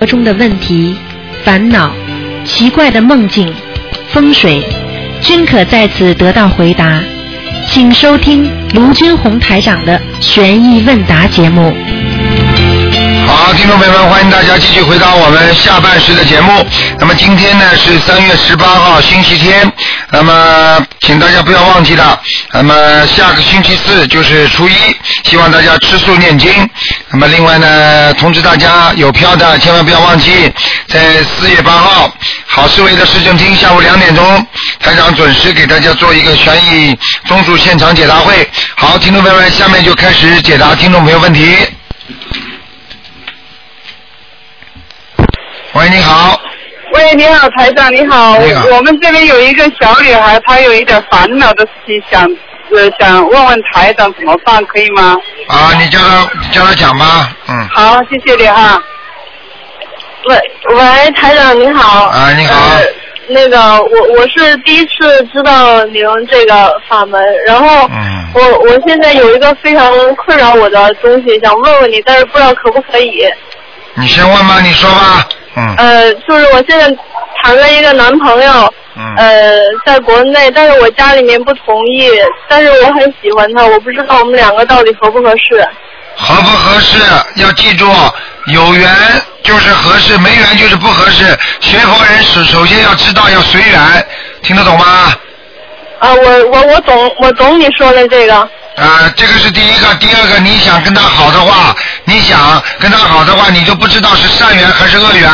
生活中的问题、烦恼、奇怪的梦境、风水，均可在此得到回答。请收听卢军红台长的《悬疑问答》节目。好，听众朋友们，欢迎大家继续回到我们下半时的节目。那么今天呢是三月十八号，星期天。那么请大家不要忘记了，那么下个星期四就是初一，希望大家吃素念经。那么另外呢，通知大家有票的千万不要忘记，呃在四月八号好思维的市政厅下午两点钟，台长准时给大家做一个悬疑综述现场解答会。好，听众朋友们，下面就开始解答听众朋友问题。喂，你好。喂，你好，台长，你好。你好我们这边有一个小女孩，她有一点烦恼的事情，想呃想问问台长怎么办，可以吗？啊，你叫他你叫他讲吧，嗯，好，谢谢你哈。喂喂，台长你好。啊你好呃那个，我我是第一次知道您这个法门，然后嗯我我现在有一个非常困扰我的东西，想问问你，但是不知道可不可以。你先问吧，你说吧，嗯呃，就是我现在谈了一个男朋友，嗯，呃，在国内，但是我家里面不同意，但是我很喜欢他，我不知道我们两个到底合不合适。合不合适要记住，有缘就是合适，没缘就是不合适。学佛人首首先要知道要随缘，听得懂吗？啊、我我我懂，我懂你说的这个。啊，这个是第一个，第二个，你想跟他好的话，你想跟他好的话，你就不知道是善缘还是恶缘。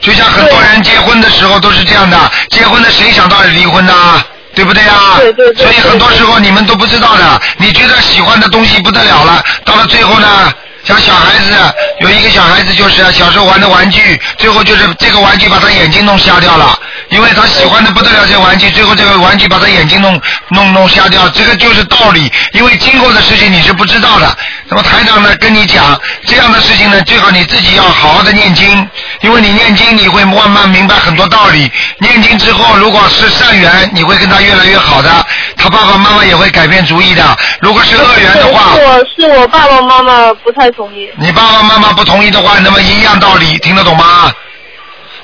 就像很多人结婚的时候都是这样的，结婚的谁想到离婚的啊？对不对啊？对对对所以很多时候你们都不知道的，你觉得喜欢的东西不得了了，到了最后呢，像小孩子有一个小孩子就是啊小时候玩的玩具，最后就是这个玩具把他眼睛弄瞎掉了，因为他喜欢的不得了这个玩具，最后这个玩具把他眼睛弄弄弄瞎掉，这个就是道理，因为今后的事情你是不知道的。那么台长呢跟你讲这样的事情呢，最好你自己要好好的念经，因为你念经你会慢慢明白很多道理。念经之后，如果是善缘，你会跟他越来越好的，他爸爸妈妈也会改变主意的。如果是恶缘的话是，我是我爸爸妈妈不太同意。你爸爸妈妈不同意的话，那么一样道理，听得懂吗？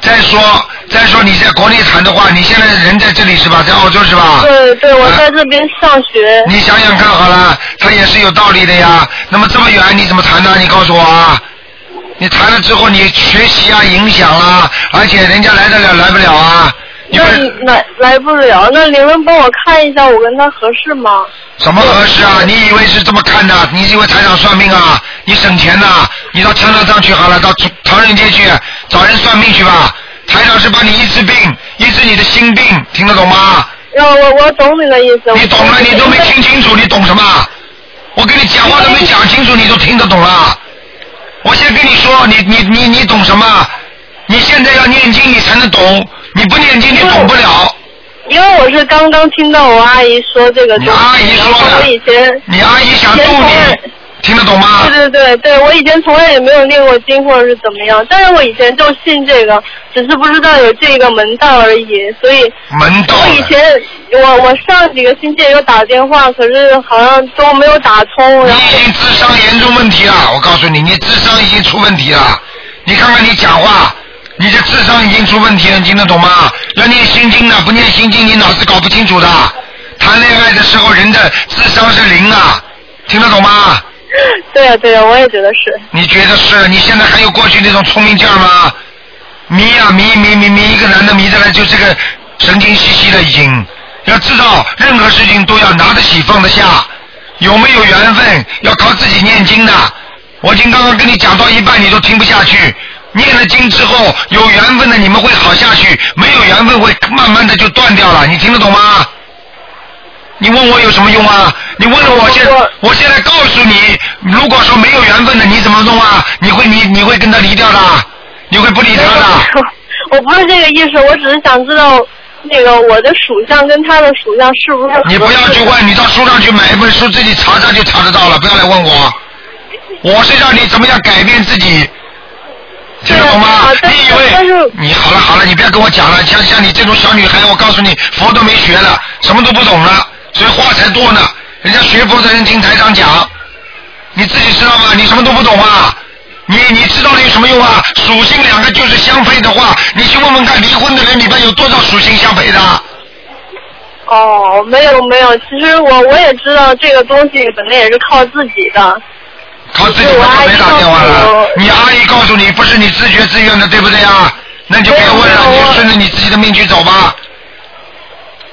再说，再说你在国内谈的话，你现在人在这里是吧？在澳洲是吧？对对，我啊在这边上学。你想想看好了，他也是有道理的呀。那么这么远你怎么谈呢？你告诉我啊。你谈了之后，你学习啊，影响啦，而且人家来得了，来不了啊。你那你们来来不了，那你能帮我看一下我跟他合适吗？怎么合适啊？你以为是这么看的？你以为台长算命啊？你省钱呐、你到长长上去好了，到唐唐人街去找人算命去吧。台长是帮你医治病，医治你的心病，听得懂吗？让我我懂你的意思。你懂了，你都没听清楚，你懂什么？我跟你讲话都没讲清楚，你都听得懂了。我先跟你说，你你你你懂什么？你现在要念经，你才能懂。你不念经，你懂不了。因为我是刚刚听到我阿姨说这个你东西，阿姨然说后我以的前，，你阿姨想以渡前从来你，听得懂吗？对对对对，我以前从来也没有念过经或者是怎么样，但是我以前就信这个，只是不知道有这个门道而已，所以门道我以了。前我我上几个星期也有打电话，可是好像都没有打通，你哦然已后经智商严重问题啊了，我告诉你，你智商已经出问题了。你看看你讲话，你这智商已经出问题了，你听得懂吗？要念心经的，不念心经你脑子搞不清楚的。谈恋爱的时候人的智商是零啊，听得懂吗？对呀、对呀、啊我也觉得是。你觉得是？你现在还有过去那种聪明劲儿吗？迷呀、迷迷迷迷，一个男的迷的来就这个神经兮兮的已经。要知道，任何事情都要拿得起放得下，有没有缘分要靠自己念经的。我已经刚刚跟你讲到一半，你都听不下去。念了经之后，有缘分的你们会好下去，没有缘分会慢慢的就断掉了。你听得懂吗？你问我有什么用啊？你问了我现我，我现在告诉你，如果说没有缘分的，你怎么弄啊？你会你你会跟他离掉的，你会不理他的。 我不是这个意思，我只是想知道那个我的属相跟他的属相是不是合适你不要去问，你到书上去买一本书，自己查查就查得到了，不要来问我。我是让你怎么样改变自己，听得懂吗对啊？但你是以但为是你好了好了，你不要跟我讲了，像像你这种小女孩，我告诉你，佛都没学了，什么都不懂了，所以话才多呢。人家学佛的人听台长讲，你自己知道吗？你什么都不懂啊！你你知道了有什么用啊？属性两个就是相悖的话，你去问问看，离婚的人里边有多少属性相悖的？啊哦，没有没有，其实我我也知道这个东西本来也是靠自己的，靠自己我就没打电话了。你阿姨告诉你，不是你自觉自愿的，对不对啊？那你就别问了，没有没你有就顺着你自己的命去走吧。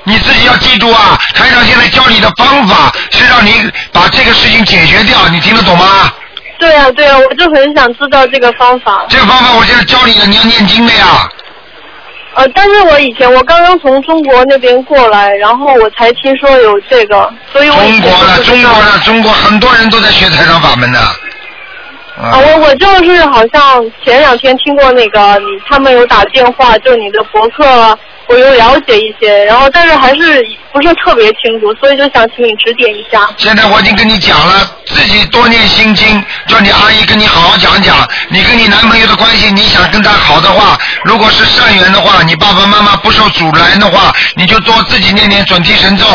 你自己要记住啊，台长现在教你的方法是让你把这个事情解决掉，你听得懂吗？对啊对啊，我就很想知道这个方法。这个方法我现在教你了，你要念经的呀。呃，但是我以前我刚刚从中国那边过来，然后我才听说有这个，所以我以中前国了，都不中知道国了，中国很多人都在学台长法门的。啊啊，我我就是好像前两天听过那个你他们有打电话，就你的博客，我有了解一些，然后但是还是不是特别清楚，所以就想请你指点一下。现在我已经跟你讲了，自己多念心经，叫你阿姨跟你好好讲讲。你跟你男朋友的关系，你想跟他好的话，如果是善缘的话，你爸爸妈妈不受阻拦的话，你就多自己念念准提神咒。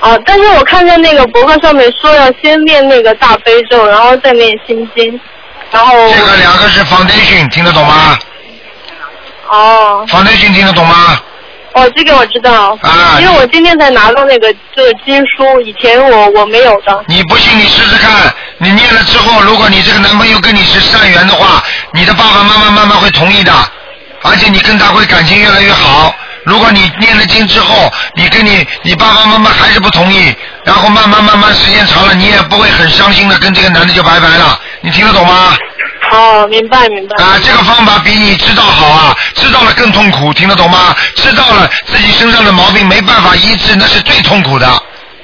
啊，但是我看见那个博客上面说要先念那个大悲咒，然后再念心经，然后这个两个是 foundation，听得懂吗哦？foundation 听得懂吗？哦，这个我知道，啊因为我今天才拿到那个就是经书，以前我我没有的。你不信你试试看，你念了之后，如果你这个男朋友跟你是善缘的话，你的爸爸妈妈慢慢会同意的，而且你跟他会感情越来越好。如果你念了经之后，你跟你你爸爸妈妈还是不同意，然后慢慢慢慢时间长了，你也不会很伤心的跟这个男的就拜拜了。你听得懂吗？哦，明白明白。啊，这个方法比你知道好啊，知道了更痛苦，听得懂吗？知道了自己身上的毛病没办法医治，那是最痛苦的，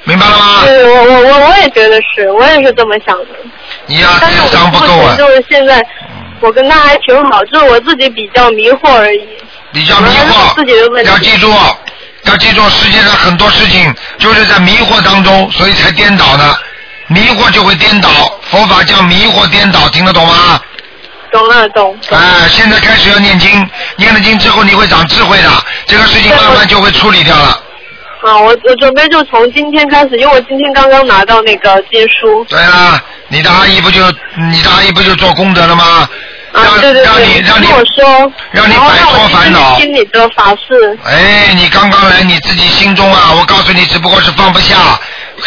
明白了吗？对，嗯我我我我也觉得是，我也是这么想的。你呀、但是智我商不目够啊嗯前！就是现在，我跟他还挺好，就是我自己比较迷惑而已。你要迷自己的惑，问题要记住，要记住，世界上很多事情就是在迷惑当中，所以才颠倒的。迷惑就会颠倒，佛法叫迷惑颠倒，听得懂吗？懂了懂。哎、现在开始要念经，念了经之后你会长智慧的，这个事情慢慢就会处理掉了。啊，我我准备就从今天开始，因为我今天刚刚拿到那个经书。对啦，你的阿姨不就你的阿姨不就做功德了吗？啊让，对对让对，你让你跟我说，让你然后摆让脱我烦恼去听你的法事。哎，你刚刚来，你自己心中啊，我告诉你，只不过是放不下，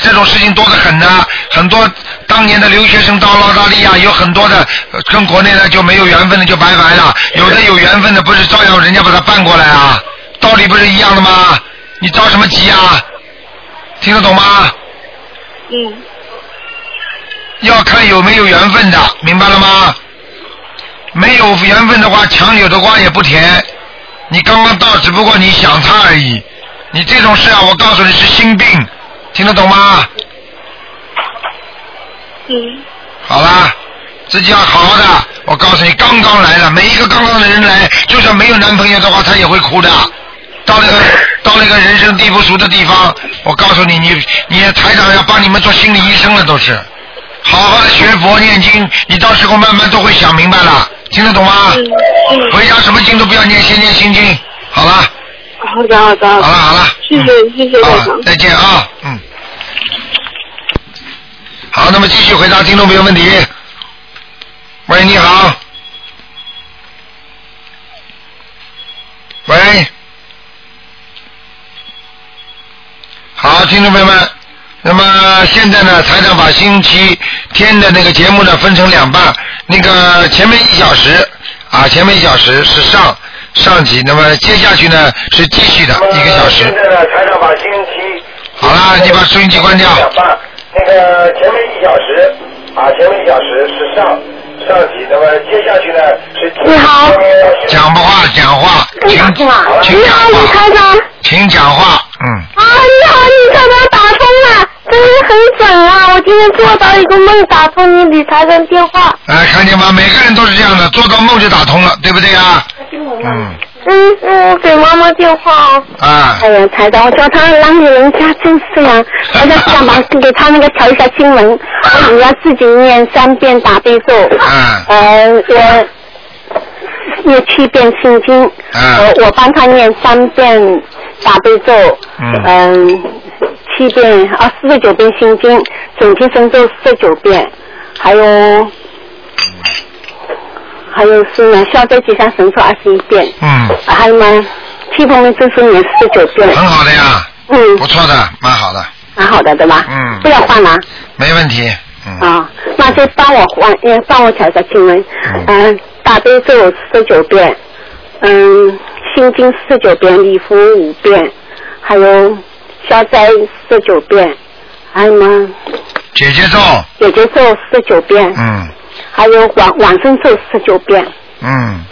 这种事情多得很呢、很多当年的留学生到澳大利亚，有很多的呃跟国内的就没有缘分的就拜拜了，有的有缘分的不是照样人家把他办过来啊，道理不是一样的吗？你着什么急啊？听得懂吗？嗯，要看有没有缘分的，明白了吗？没有缘分的话，强扭的瓜也不甜。你刚刚到，只不过你想他而已。你这种事啊，我告诉你是心病，听得懂吗？嗯，好啦，自己要好好的。我告诉你，刚刚来的，每一个刚刚的人来，就算没有男朋友的话，他也会哭的。到了一个到了一个人生地不熟的地方，我告诉你，你你台长要帮你们做心理医生了，都是。好好的学佛念经，你到时候慢慢都会想明白了，听得懂吗？嗯嗯回家什么经都不要念，先念心经。好了，好的好的好了，好的，好了。谢谢嗯谢谢台啊长，再见啊，嗯。好，那么继续回答听众朋友问题。喂，你好。喂。好，听众朋友们，那么现在呢，台长把星期天的那个节目呢分成两半，那个前面一小时啊，前面一小时是上上集，那么接下去呢是继续的一个小时。呃现在呢，台长把星期好啦，你把收音机关掉。两半，那个前面一小时啊，前面一小时是上上集，那么接下去呢是你好讲不话，讲话，请你好，请讲你好，李话，台长。请讲话，嗯，啊，你好，李台长打通了，真是很准啊！我今天做到一个梦，打通你李台长电话。哎，看见吗？每个人都是这样的，做到梦就打通了，对不对啊？嗯，嗯嗯，我给妈妈电话哦。啊，哎呀，台长，我叫他让你人家真是 呀、我就想把给他那个调一下经文，我只要自己念三遍大悲咒，嗯呃，我念七遍心经，嗯我我帮他念三遍大悲咒，嗯嗯七遍啊四十九遍心经，准提神咒四十九遍，还有还有是呢，消灾吉祥神咒二十一遍，嗯，啊还有呢，七佛门真声也四十九遍，很好的呀，嗯，不错的，蛮好的，蛮好的对吧？嗯不要换了没问题。嗯，啊，那就帮我换，也帮我调一下经文，嗯嗯，大悲咒四十九遍，嗯，心经四十九遍，礼佛五遍，还有消灾四十九遍，还有呢，姐姐咒，姐姐咒四十九遍，嗯还有往往生咒四十九遍，嗯，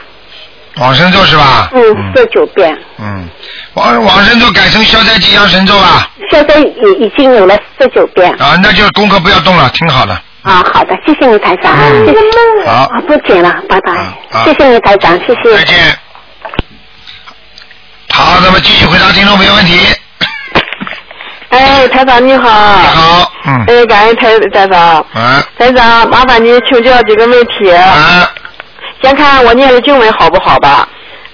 往生咒是吧？嗯，四十九遍。嗯，往往生咒改成消灾吉祥神咒吧。现在已已经有了四十九遍啊，那就功课不要动了，挺好的。啊，好的，谢谢你台长，嗯谢谢，好啊，不剪了，拜拜，啊啊谢谢你台长，谢谢，再见。好，那么继续回答听众朋友问题。哎，台长你好。你好，嗯，哎，感恩台台长，啊台长，麻烦您请教几个问题。啊，先看我念的经文好不好吧？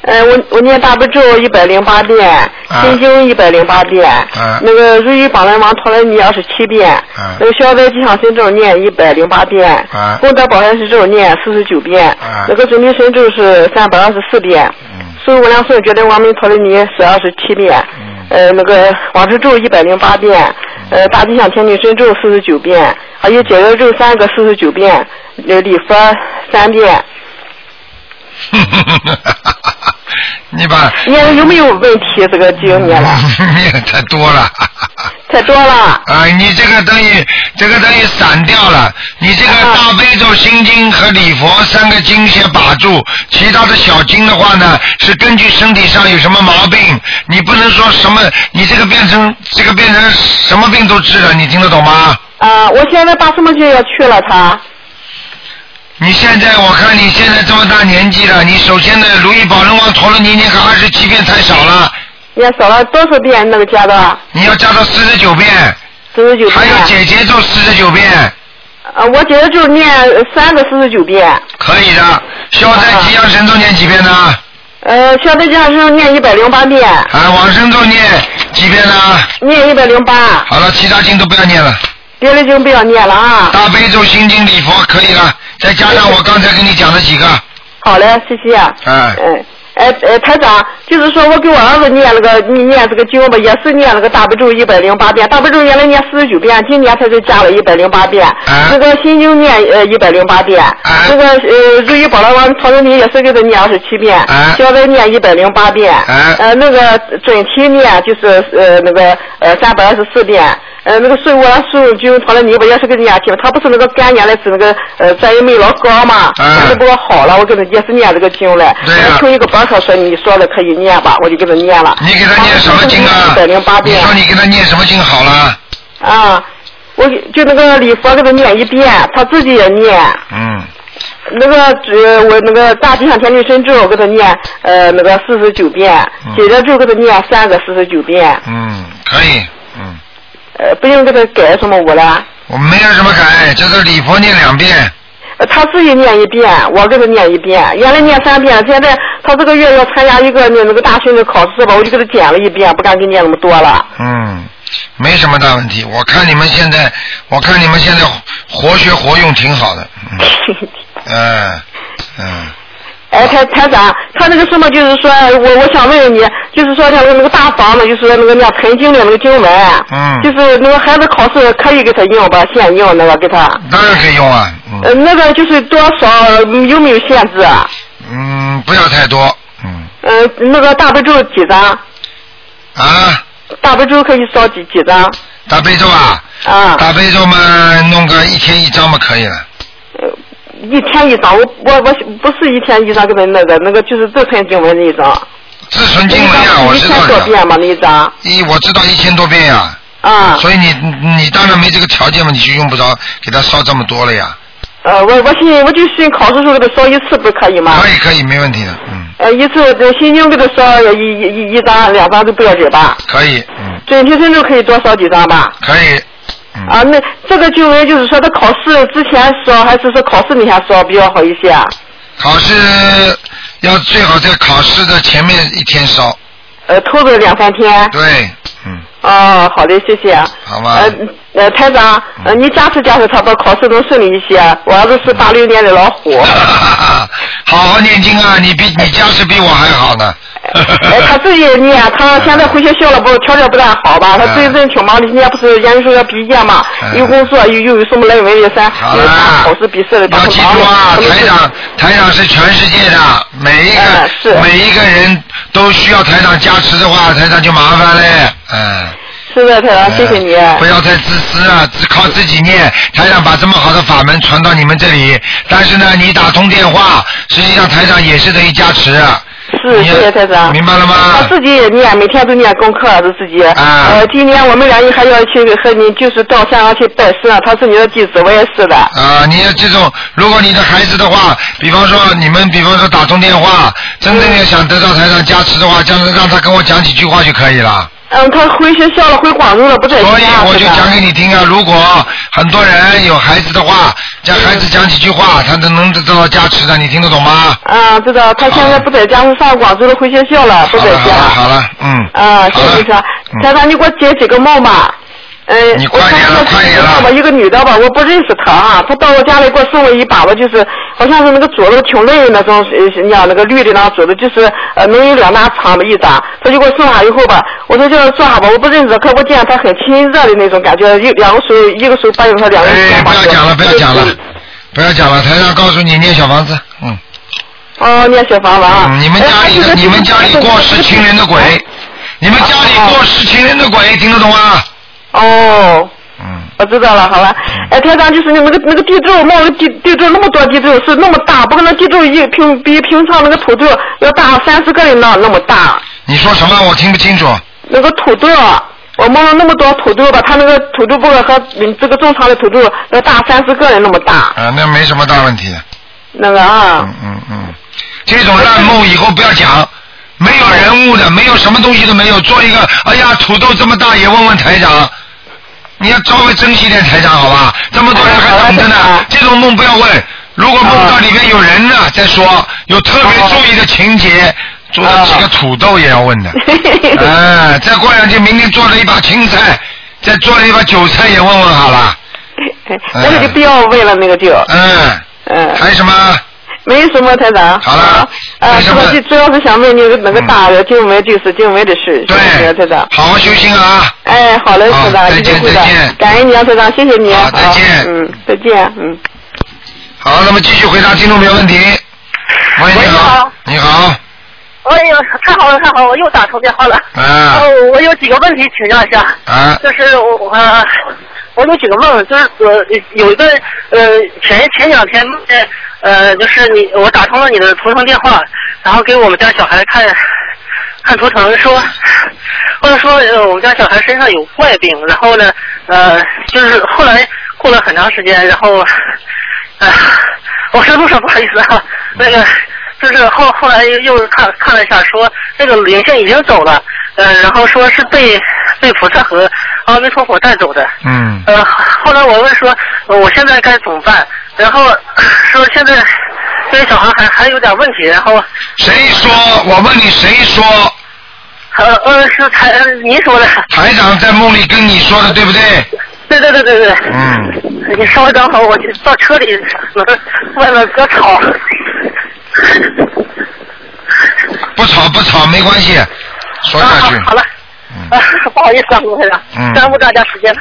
呃，我我念大悲咒一百零八遍，啊心经一百零八遍，啊那个如意宝蓝王陀罗尼二十七遍，啊那个消灾吉祥神咒念一百零八遍，啊功德宝山神咒念四十九遍，啊那个准提神咒是三百二十四遍，嗯孙无量寿觉得王明陀罗尼是二十七遍，嗯呃，那个往生咒一百零八遍，呃，大吉祥天女神咒四十九遍，还有解决咒三个四十九遍，呃，礼佛三遍。你把念有没有问题？这个经念了念的太多了。太多了。啊，你这个等于这个等于散掉了，你这个啊大悲咒、心经和礼佛三个经先把住，其他的小经的话呢，是根据身体上有什么毛病，你不能说什么，你这个变成这个变成什么病都治了，你听得懂吗？啊、我现在把什么经要去了他？你现在我看你现在这么大年纪了，你首先呢，如意宝轮王陀罗尼念个二十七遍太少了，念少了多少遍那个加的？你要加到四十九遍，四十九还有遍。姐姐咒四十九遍。啊，我姐姐就念三个四十九遍。可以的，消灾吉祥神咒念几遍呢？呃，消灾吉祥神咒念一百零八遍，啊，往生咒念几遍呢？念一百零八，好了，其他经都不要念了，别的经不要念了啊。大悲咒、心经、礼佛可以了，再加上我刚才跟你讲的几个，好嘞，谢谢。哎嗯。哎哎，台长，就是说我给我儿子念了个念这个经吧，也是念了个大悲咒一百零八遍，大悲咒原来念四十九遍，今年他就加了一百零八遍。啊那个心经念呃一百零八遍，那个呃如意宝罗王曹真尼也是给他念二十七遍，啊消灾念一百零八遍，啊呃那个准提念就是呃那个呃三百二十四遍。呃，那个孙悟空、孙悟空、陀罗尼吧，也是给人家听，他不是那个干年来是那个呃专业妹老高嘛，啊他就给我好了，我给他也是念这个经嘞。对呀我听一个博客说你说的可以念吧，我就给他念了。你给他念什么经啊一百零八？你遍。说你给他念什么经好了？啊，我给就那个礼佛给他念一遍，他自己也念。嗯，那个呃，我那个大吉祥天女神咒我给他念呃那个四十九遍嗯，姐姐咒给他念三个四十九遍，嗯，可以，嗯，呃不用给他改什么我了。我没有什么改，就是礼佛念两遍，呃他自己念一遍，我给他念一遍。原来念三遍，现在他这个月要参加一个那那个大学的考试吧，我就给他减了一遍，不敢给念那么多了。 嗯，没什么大问题。我看你们现在，我看你们现在活学活用挺好的，嗯，嗯，嗯，哎，台台长，他那个什么，就是说我我想问问你，就是说他那个大房子，就是那个念陈经的那个经文，嗯就是那个孩子考试可以给他用吧，现用那个给他，当然可以用啊，嗯。呃，那个就是多少嗯有没有限制？嗯，不要太多。嗯呃，那个大悲咒几张？啊，大悲咒可以烧几几张？大悲咒啊，啊，大悲咒嘛，弄个一天一张嘛可以了。呃一天一张，我我我不是一天一张给他那个那个就是这篇经文那一张，自存那经一文呀，张我嗯是一知道千多的。遍嘛那一张，一我知道一千多遍呀，啊。所以你你你当然没这个条件嘛，你就用不着给他烧这么多了呀。呃，我我信，我就信考试时候给他烧一次，不是可以吗？可以可以，没问题的，嗯，呃，一次这心经给他烧一一一一张、两张都不要紧吧？可以，嗯，准提神咒可以多烧几张吧？可以，嗯，啊，那这个经文就是说，他考试之前烧，还是说考试那天烧比较好一些啊？考试要最好在考试的前面一天烧，呃，头个两三天。对，嗯，哦，好的，谢谢啊。好嗯吗呃呃，台长，呃，你加持加持他吧，考试能顺利一些。啊我儿子嗯是八六年的 老虎，好好念经啊！你比你家世比我还好呢。哎，他 自己念，他现在回学校了不，条件不大好吧？他最近挺忙的，人家不是研究生要毕业嘛，嗯又工作又又有什么论文的噻，好了又有啥考试笔试的，把要他记忙住啊，了。台长，台长是全世界的每一哎个是每一个人都需要台长加持的话，台长就麻烦嘞。嗯。是的，台长，谢谢你。啊哎不要太自私啊，只靠自己念。台长把这么好的法门传到你们这里，但是呢，你打通电话，实际上台长也是等于加持。啊是，你谢谢台长。啊明白了吗？他自己也念，每天都念功课，都自己。啊呃，今年我们俩还要去和你，就是到香港去拜师啊。他是你的弟子，我也是的。啊，你要这种，如果你的孩子的话，比方说你们，比方说打通电话，真正要想得到台长加持的话，这样子让他跟我讲几句话就可以了。嗯，他回学校了，回广州了，不在家。所以我就台长讲给你听啊，如果很多人有孩子的话，让孩子讲几句话，他能能得到加持的，你听得懂吗？啊，知道，他现在不在家，是上广州了，回学校了，不好在了好了家。好了，嗯。啊，谢谢好你了说，嗯台长，你给我解几个梦吧。嗯，你快点了我快看点啊见了吧，一个女的吧，我不认识她啊，她到我家里给我送了一把吧，就是好像是那个左的挺嫩的那种，呃那样那个绿的那种左的，就是呃能有两大长的一扎，她就给我送下以后吧，我说叫她坐下吧，我不认识她，可我见她很亲热的那种感觉，一两个手一个手掰着她，两个手哎，把不她要讲了，不要讲嗯了，不要讲了，台上告诉你念小房子，嗯，哦，念小房子啊。嗯你们家里哎的，你们家里过世亲人的鬼，啊你们家里过世亲人的鬼，听得懂吗？哦，嗯，我知道了，好了。哎，台长，就是那个那个地咒，那个地地咒那么多地咒是那么大，不可能地咒一平比平常那个土豆要大三四个人那那么大。你说什么？我听不清楚。啊那个土豆，我梦了那么多土豆吧，它那个土豆不可和嗯这个正常的土豆要大三四个人那么大，啊，那没什么大问题。那个啊嗯，嗯嗯，这种烂梦以后不要讲，没有人物的，没有什么东西都没有，做一个，哎呀，土豆这么大也问问台长，你要稍微珍惜点台长好吧？这么多人还等着好的好呢的，这种梦不要问。如果梦到里面有人呢，再说，有特别注意的情节，做了几个土豆也要问 的。哎，再过两天，明天做了一把青菜，再做了一把韭菜也问问好了。那个就不要问了，那个就嗯，嗯。还有什么？没什么，台长。好了啊没，什主么要是主要是想问那个那个嗯大的经文，就是经文的事，对谢谢啊台长，。好好修心啊。哎，好嘞，好台长，再一定见会的再见。感恩你啊，台长，谢谢你。好再见嗯，再见，嗯。好，那么继续回答听众朋友问题。喂，你好，你好，哎呦，太好了，太好了，我又打通电话了。啊哦，我有几个问题请教一下，啊就是我我、我有几个梦，就是呃有一个呃前前两天梦见呃就是你我打通了你的图腾电话，然后给我们家小孩看看图腾说，或者说呃我们家小孩身上有怪病，然后呢呃就是后来过了很长时间，然后哎，我是路上不好意思啊，那个就是后后来又看看了一下说，那个灵性已经走了，嗯、然后说是被被菩萨和阿弥陀佛带走的，嗯，呃，后来我问说，呃我现在该怎么办？然后说现在这个小孩还还有点问题，然后谁说？我问你，谁说？呃呃是才呃您说的，台长在梦里跟你说的，对不对？对对对对对，嗯，你稍微等会儿，我去到车里，能外面比较吵。不吵不吵，没关系，说啊，下好去。好了，啊嗯，不好意思啊，卢会长嗯，耽误大家时间了。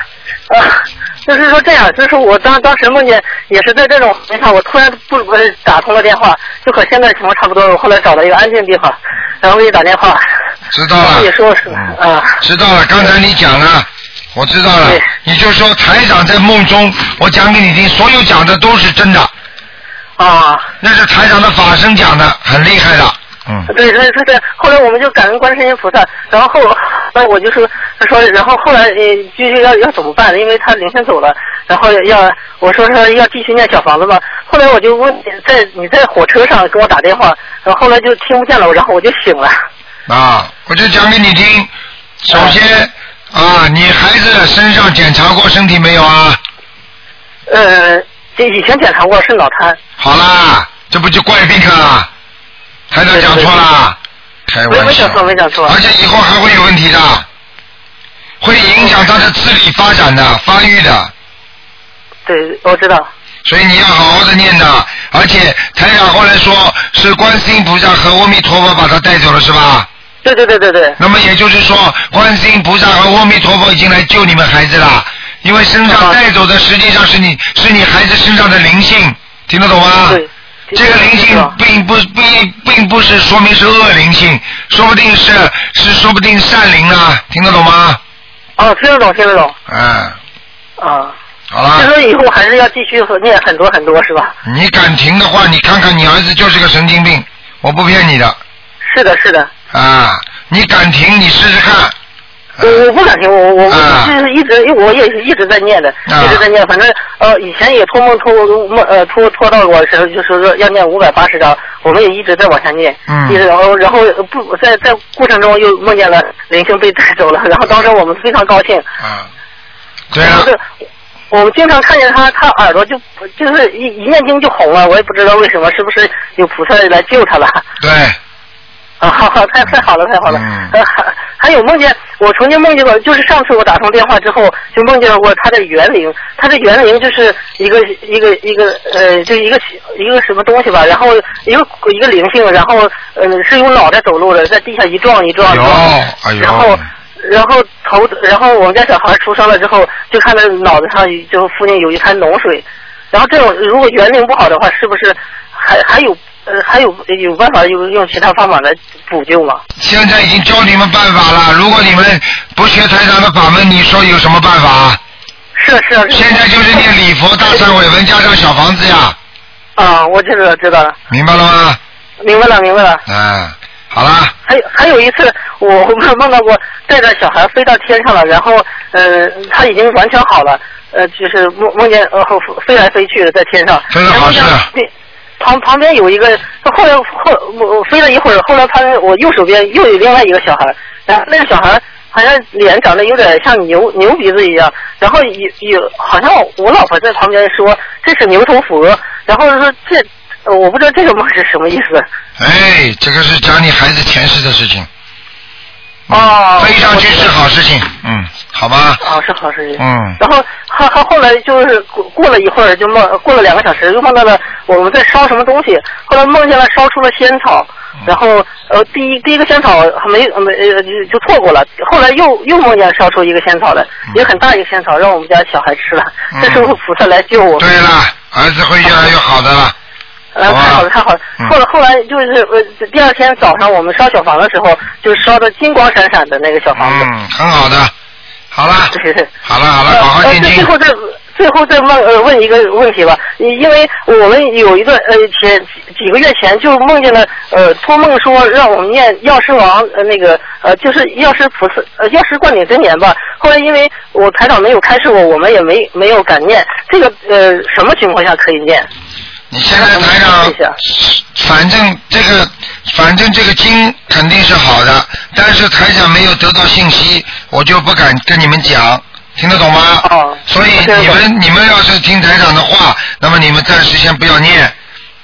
啊，就是说这样，就是我当当时梦见也是在这种情况下，我突然不不是打通了电话，就和现在情况差不多。我后来找了一个安静的地方，然后给你打电话，知道了。也说是啊嗯啊，知道了，刚才你讲了，我知道了对。你就说台长在梦中，我讲给你听，所有讲的都是真的，啊。那是台长的法身讲的，很厉害的。嗯，对对对对，后来我们就感恩观世音菩萨，然后后来我就说说，然后后来呃继续要要怎么办？因为他凌晨走了，然后要我说是要继续念小房子嘛。后来我就问你在你在火车上给我打电话，然后后来就听不见了，然后我就醒了。啊，我就讲给你听。首先嗯啊，你孩子身上检查过身体没有啊？呃，这以前检查过是脑瘫，好啦，这不就怪病啊？台长讲错啦，开玩笑。没没讲错没讲错而且以后还会有问题的，会影响他的智力发展的、发育的。对，我知道。所以你要好好的念的，而且台长后来说是观世音菩萨和阿弥陀佛把他带走了，是吧？对对对对对，那么也就是说，观世音菩萨和阿弥陀佛已经来救你们孩子了，因为身上带走的实际上是你是你孩子身上的灵性，听得懂吗？对。这个灵知性道并不并并不是说明是恶灵性，说不定是是说不定善灵啊，听得懂吗？哦，听得懂，听得懂。嗯，啊，好就了，说以后还是要继续念很多很多，是吧？你敢停的话，你看看你儿子就是个神经病，我不骗你的是的，是的。啊！你敢停，你试试看。我我不敢听，我我我啊就是一直我也是一直在念的，啊一直在念。反正呃，以前也托梦托梦呃托托到过时候，就是说要念五百八十章，我们也一直在往下念。嗯一直然后然后呃不在在过程中又梦见了灵性被带走了，然后当时我们非常高兴。啊，对啊就了，是我们经常看见他，他耳朵就就是一一念经就红了，我也不知道为什么，是不是有菩萨来救他了？对，啊，好好，太太好了，太好了。嗯呃还还有梦见，我曾经梦见过，就是上次我打通电话之后，就梦见过他的园林，他的园林就是一个一个一个呃，就一个一个什么东西吧，然后一个一个灵性，然后呃是用脑袋走路的，在地下一撞一撞，哎呦哎呦然后。然后头，然后我们家小孩出生了之后，就看到脑子上就附近有一滩脓水，然后这种如果园龄不好的话，是不是还还有呃还有有办法用用其他方法来补救吗？现在已经教你们办法了。如果你们不学台长的法门，你说有什么办法？是啊是啊，是啊现在就是念礼佛大忏悔文加上小房子呀，啊，我知道了知道了，明白了吗？明白了明白了。嗯，好啦，还有还有一次，我梦梦到过带着小孩飞到天上了，然后呃他已经完全好了，呃就是梦梦见呃后飞来飞去的在天上，这是然好后事像那旁旁边有一个，后来后我我飞了一会儿，后来旁边我右手边又有另外一个小孩，然后那个小孩好像脸长得有点像牛牛鼻子一样，然后有有好像我老婆在旁边说这是牛头佛，然后说这呃我不知道这个梦是什么意思。哎，这个是讲你孩子前世的事情，嗯哦，飞上去我是好事情，嗯，好吧，哦，是好事情。嗯然后还还后来就是过过了一会儿，就梦过了两个小时，又梦到了我们在烧什么东西，后来梦见了烧出了仙草，嗯然后呃第一第一个仙草还没没呃就就错过了，后来又又梦见烧出一个仙草来，也很大一个仙草，让我们家小孩吃了，嗯这是不是菩萨来救我们？对了，儿子会越来越好的了，呃，太好了，太好了啊嗯。后来后来就是呃第二天早上我们烧小房的时候，就烧的金光闪闪的那个小房子。嗯，很好的，好啦，对对。好了好了，好好呃，念最经最，后再最后再问呃问一个问题吧，因为我们有一个呃前几几个月前就梦见了呃托梦说让我们念药师王呃那个呃就是药师菩萨呃药师灌顶真言吧，后来因为我台长没有开示我，我们也没没有敢念，这个呃什么情况下可以念？你现在台谢长谢啊。反正这个，反正这个经肯定是好的，但是台长没有得到信息，我就不敢跟你们讲，听得懂吗？哦所以我听得懂你们你们要是听台长的话，那么你们暂时先不要念，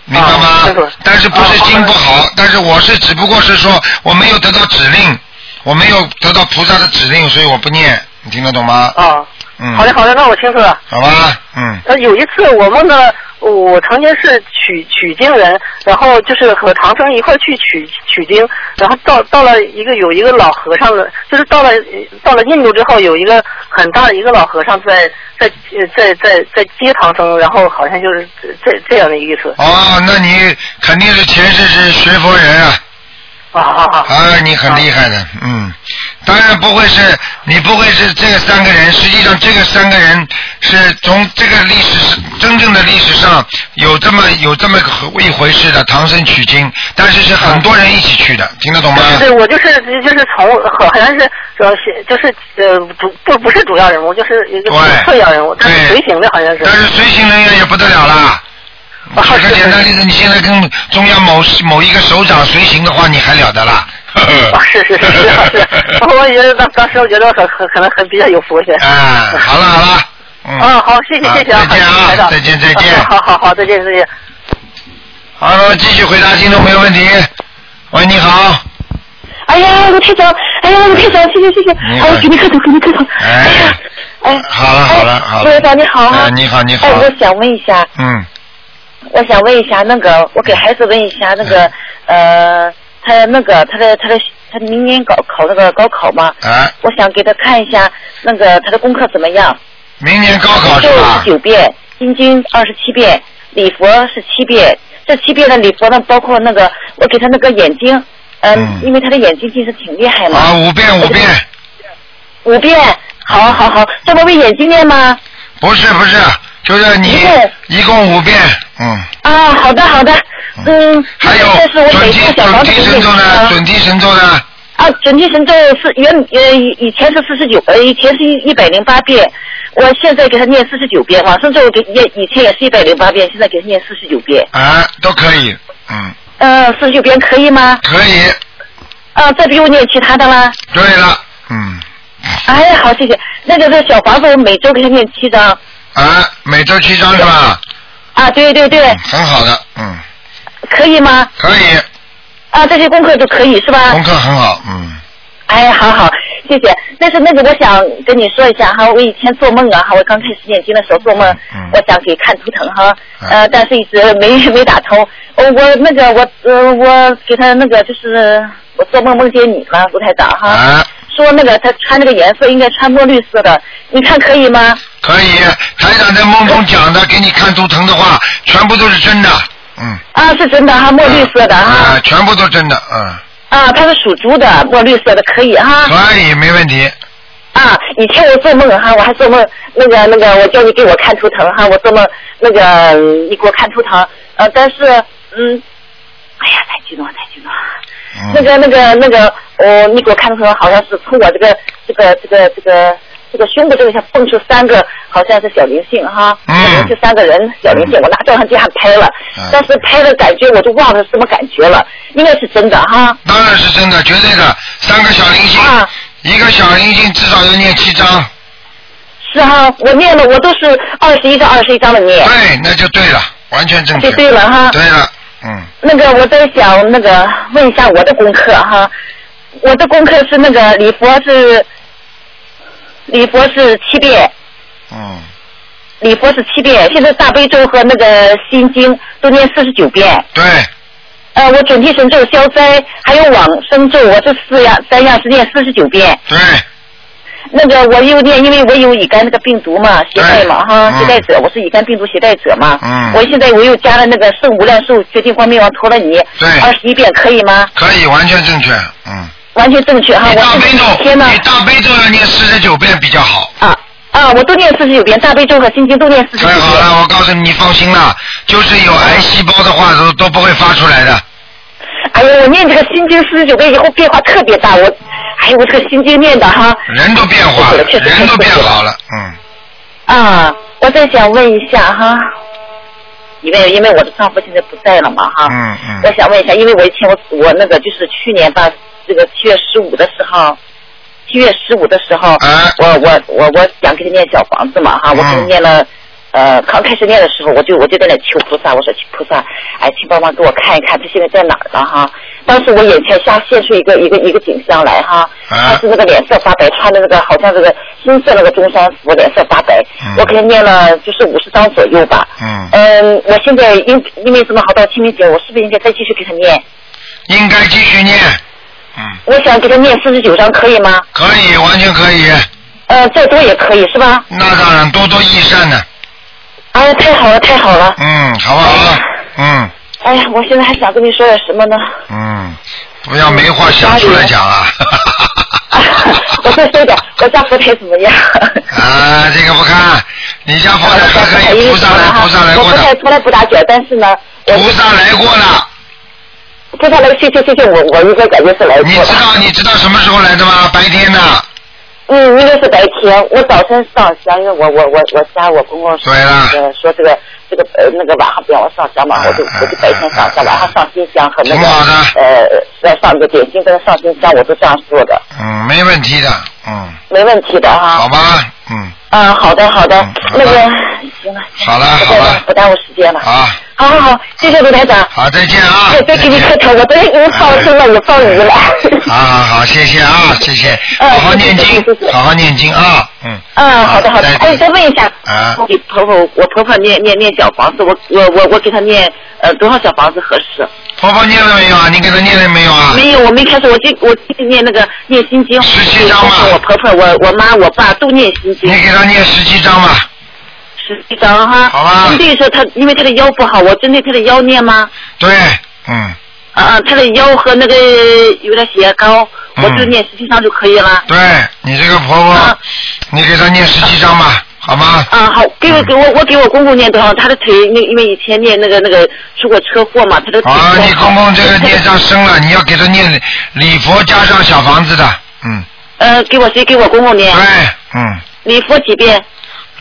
明白吗哦清楚？但是不是哦经不好，但是我是只不过是说我没有得到指令，我没有得到菩萨的指令，所以我不念，你听得懂吗？啊，嗯，好的好的，那我清楚了。好吧，嗯，呃，有一次我梦到我曾经是取取经人，然后就是和唐僧一块儿去取取经，然后到到了一个有一个老和尚的，就是到了到了印度之后，有一个很大的一个老和尚在在呃在在在接唐僧，然后好像就是这这样的意思。哦，那你肯定是前世是学佛人啊。啊啊啊！啊，你很厉害的，嗯，当然不会是，你不会是这三个人，实际上这个三个人是从这个历史是真正的历史上有这么有这么个一回事的，唐僧取经，但是是很多人一起去的，听得懂吗？对，我就是就是从好像是呃是就是呃主不不是主要人物，就是一个对次要人物，但对是随行的好像是。但是随行人员也不得了啦。啊举个是简单例子，你现在跟中央某某一个首长随行的话，你还了得啦？啊，是是是是是， 我觉得当当时我觉得很很可能很比较有福 气。啊，好了好了，嗯，哦嗯，好，谢谢谢谢啊，再见啊好台长再见再见啊好好好，再见再见。好，那么继续回答听众朋友问题。喂，你好。哎呀，卢我太想，哎呀，我太想，谢谢谢谢，你哎，我给你磕头，给你磕头，哎呀，哎，好了好了好了陆院长你好啊哎，你好你好哎，我想问一下，嗯，我想问一下那个，我给孩子问一下那个，呃，他那个他的他的他明年高考那个高考嘛，哎，我想给他看一下那个他的功课怎么样。明年高考是咒吧是？九遍，心经二十七遍，礼佛是七遍。这七遍的礼佛呢，包括那个我给他那个眼睛，嗯，嗯因为他的眼睛近视挺厉害嘛。啊，五遍五遍，五遍，好好好，这不为眼睛念吗？不是不是，就是你一遍一共五遍，嗯，啊，好的好的，嗯，还有这是我准每提天小准房子提给神你咒呢，啊准提神咒呢，啊，准提神咒是原呃以以前是四十九，呃以前是一百零八遍，我现在给他念四十九遍，往生咒给也以前也是一百零八遍，现在给他念四十九遍，啊，都可以，嗯，嗯、四十九遍可以吗？可以。啊，再不用念其他的啦。对了，嗯，哎呀，好谢谢。那个是小房子，我每周给他念七张。啊，每周七张是吧？啊，对对对，很好的，嗯，可以吗？可以，啊，这些功课都可以是吧功？课很好，嗯，哎，好好，谢谢。但是那个，我想跟你说一下哈，我以前做梦啊哈，我刚开始念经的时候做梦，嗯我想给看图腾哈，嗯呃，但是一直没 没打通。我我那个我呃我给他那个就是我做梦梦见你了，卢台长哈，啊，说那个他穿那个颜色应该穿墨绿色的，你看可以吗？可以。台长在梦中讲的，给你看图腾的话，全部都是真的，嗯，啊，是真的哈，墨绿色的哈。啊，全部都真的，嗯，啊，它是属猪的，墨绿色的，可以哈。可以，没问题，啊，以前我做梦哈，我还做梦，那个那个，我叫你给我看图腾哈，我做梦那个嗯你给我看图腾，呃，但是嗯，哎呀，太激动了，太激动了。嗯，那个那个那个，哦，你给我看图腾，好像是从我这个这个这个这个这个胸部这个像蹦出三个，好像是小灵性哈，嗯小灵性三个人小灵性，我拿照相机还拍了嗯，但是拍的感觉我都忘了是什么感觉了，应该是真的哈。当然是真的，绝对的。三个小灵性，啊，一个小灵性至少要念七张，是哈，我念了，我都是二十一张、二十一张的念，对，那就对了，完全正确就。对了啊哈。哎对了，嗯，那个我在想，那个问一下我的功课哈，我的功课是那个礼佛是礼佛是七遍，嗯，礼佛是七遍，现在大悲咒和那个心经都念四十九遍。对，呃，我准提神咒、消灾还有往生咒，我这四样三样是念四十九遍。对，那个我又念，因为我有乙肝那个病毒嘛，携带嘛哈，嗯携带者，我是乙肝病毒携带者嘛。嗯我现在我又加了那个圣无量寿决定光明王陀罗尼，对二十一遍可以吗？可以，完全正确，嗯。完全正确哈。你啊大我悲现在每咒，天呢你大悲咒要念四十九遍比较好。啊啊，我都念四十九遍，大悲咒和心经都念四十九太好遍。了，我告诉你，你放心了，就是有癌细胞的话都都不会发出来的。哎呦，我念这个心经四十九遍以后变化特别大，我，哎呦，我这个心经念的哈，人都变化了，确实人都变好了，嗯，啊，我再想问一下哈，因为因为我的丈夫现在不在了嘛哈，嗯嗯我想问一下，因为我以前我我那个就是去年吧，这个七月十五的时候，七月十五的时候，哎我我我我想给他念小房子嘛哈，嗯我给他念了。呃，刚开始念的时候，我就我就在那求菩萨，我说菩萨，哎，请帮忙给我看一看，他现在在哪儿了哈？当时我眼前下现出一个一个一个景象来哈，啊他是那个脸色发白，穿的那个好像这个金色那个中山服，脸色发白。嗯我给他念了就是五十张左右吧。嗯嗯，我现在因因为这么好到清明节，我是不是应该再继续给他念？应该继续念，嗯，我想给他念四十九章，可以吗？可以，完全可以，呃，再多也可以是吧？那当然多多益善呢，哎呀，太好了，太好了！嗯，好不好？嗯哎呀，我现在还想跟你说点什 么呢？嗯，不要没话想出来讲 了。啊、我再说一点，我家佛台怎么样？啊，这个不看，你家佛台还可以，菩萨来，菩萨来 我过不太的，从来不打卷，但是呢，我菩萨来过的。菩萨来，谢谢谢谢，我我应该感哎觉是来你过知的。道你知道什么时候来的吗？白天的。嗯，应该是白天。我早晨上香，因为我我我我家我公公说对了呃说这个这个呃那个晚上不让我上香嘛，我就啊我就白天上香，晚上上新香和那挺个好的呃呃上个点心跟上新香，我都这样做的，嗯，没问题的，嗯，没问题的好哈。吧，嗯，嗯，好的好的嗯好，那的个行了，好了好不耽误了不耽误时间了。啊，好好好，谢谢卢台长。好，再见啊！哎，再给你磕头，我都已经放生了，也放鱼了。好好好，谢谢啊，谢谢，嗯好好念谢谢经谢谢，好好念经啊，嗯 嗯，好的好的。再见哎，再问一下，啊，我婆婆，我婆婆念念念小房子，我我我我给她念呃多少小房子合适？婆婆念了没有啊？你给她念了没有啊？没有，我没开始，我今我今天念那个念心经， 17章吧我婆婆、我我妈、我爸都念心经你，给她念十七章吧，十一章啊哈。好吧针对说她，因为她的腰不好，我针对她的腰念吗？对，嗯，啊啊，她的腰和那个有点血压高，嗯我就念十七章就可以了。对你这个婆婆啊，你给她念十七章吧，好吗？啊，好，给嗯我给我我给我公公念多少？他的腿，那因为以前念那个那个出过车祸嘛，他的腿啊， 不好你公公这个孽障深 了，你要给她念礼佛加上小房子的，嗯，呃，给我谁给我公公念对？，嗯，礼佛几遍？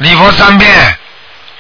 礼佛三遍，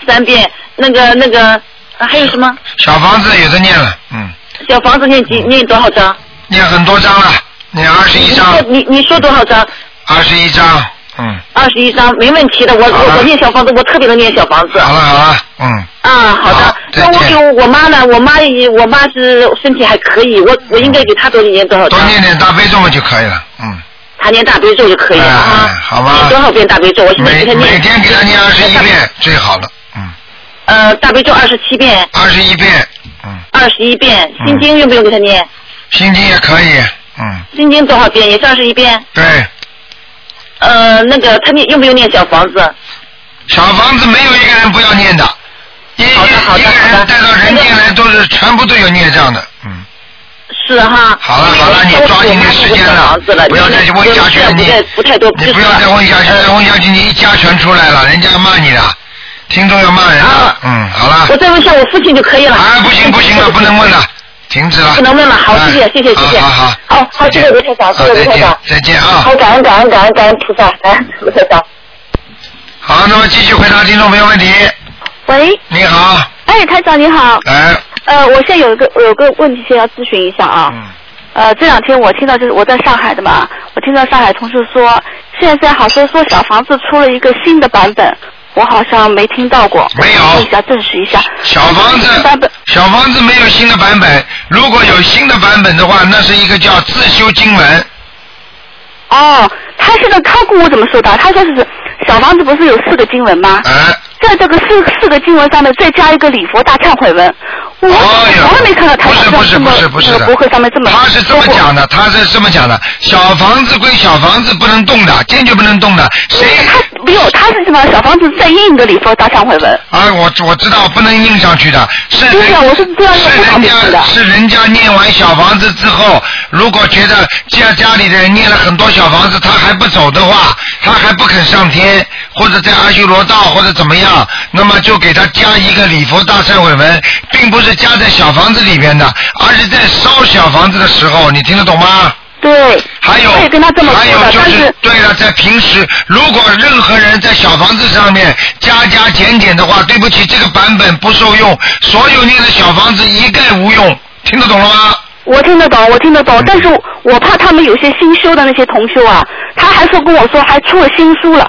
三遍。那个那个、啊还有什么？小房子有的念了，嗯，小房子念几念多少张？念很多章了，念二十你一章说，你你说多少张？二十一章，嗯。二十一张，没问题的。我好了我我念小房子，我特别能念小房子。好了好了，嗯，啊，好好的。再那我见给我我妈呢？我妈也我妈是身体还可以，我我应该给她多念多少多张？念点大悲咒嘛就可以了，嗯，她念大悲咒就可以了哎啊。好吧念多少遍大悲咒？我现在每给她念。每天给他念二十一遍最好了，嗯，呃，大悲咒二十七遍，二十一遍，嗯，二十一遍，嗯心经用不用给他念？心经也可以，嗯，心经多少遍？也是二十一遍。对，呃，那个他念用不用念小房子？小房子没有一个人不要念的，一好的好一的个好人的带到人间来都是全部都有孽障的，嗯，是哈。好了好了，你抓紧点时间了，房子不要再问下去了，不你太不太多你不要再问下去，再问下去你一家全出来了，人家要骂你的，听众要骂人了啊，嗯，好了我，再问一下我父亲就可以了。啊，不行不行了，不能问了，停止了。不能问了，好，哎谢谢谢谢谢谢。好好好，好好，谢谢卢台长，谢好再谢卢台见长。再见啊好，！感恩感恩感恩感恩菩萨，感恩卢台长。好，那么继续回答听众朋友问题。喂，你好，哎，台长你好，哎，呃，我现在有一个有个问题先要咨询一下啊，嗯，呃，这两天我听到就是我在上海的嘛，我听到上海同事说，现在好像说小房子出了一个新的版本，我好像没听到过，没有问一下证实一下，小房新子版本，小房子没有新的版本，如果有新的版本的话，那是一个叫自修经文。哦，他现在他跟我怎么说的？他说是小房子不是有四个经文吗？哎，在这个四四个经文上面再加一个礼佛大忏悔文，嗯我哎呀从来没看到他不是不是这么不是不是这的个博客上面这么他是这么说过讲的，他是这么讲的，小房子归小房子，不能动的，坚决不能动的，谁？嗯他没有，他是什么小房子再印一个礼佛大忏悔文。啊，我我知道不能印上去的，是人对呀我是这样是不好人意家思的是人家念完小房子之后，如果觉得家家里的人念了很多小房子，他还不走的话，他还不肯上天，或者在阿修罗道或者怎么样，那么就给他加一个礼佛大忏悔文，并不是加在小房子里边的，而是在烧小房子的时候，你听得懂吗？对，还有，我也跟他这么还说有的，就但是是，对了，在平时，如果任何人在小房子上面加加减减的话，对不起，这个版本不受用，所有念的小房子一概无用，听得懂了吗？我听得懂，我听得嗯懂，但是我怕他们有些新修的那些同修啊，他还说跟我说还出了新书了，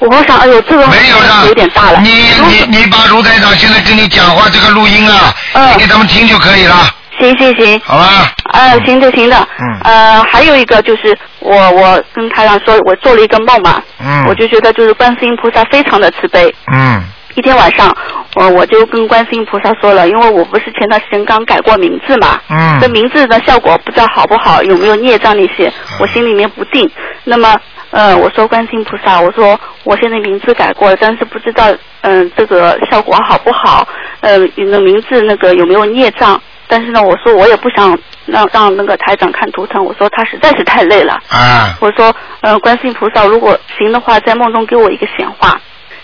我想，哎呦，这个没有的，有点大了。你你你把卢台长现在跟你讲话这个录音啊，嗯你给他们听就可以了，行行行，好吧？呃，行的行的，嗯呃，还有一个就是我我跟台长说，我做了一个梦嘛，嗯我就觉得就是观世音菩萨非常的慈悲，嗯一天晚上，我我就跟观世音菩萨说了，因为我不是前段时间刚改过名字嘛，嗯这名字的效果不知道好不好，有没有孽障那些，我心里面不定。那么，呃，我说观世音菩萨，我说我现在名字改过了，但是不知道，嗯、这个效果好不好，呃，那个名字那个有没有孽障？但是呢，我说我也不想让让那个台长看图腾，我说他实在是太累了，啊我说，呃，观世音菩萨，如果行的话，在梦中给我一个显化。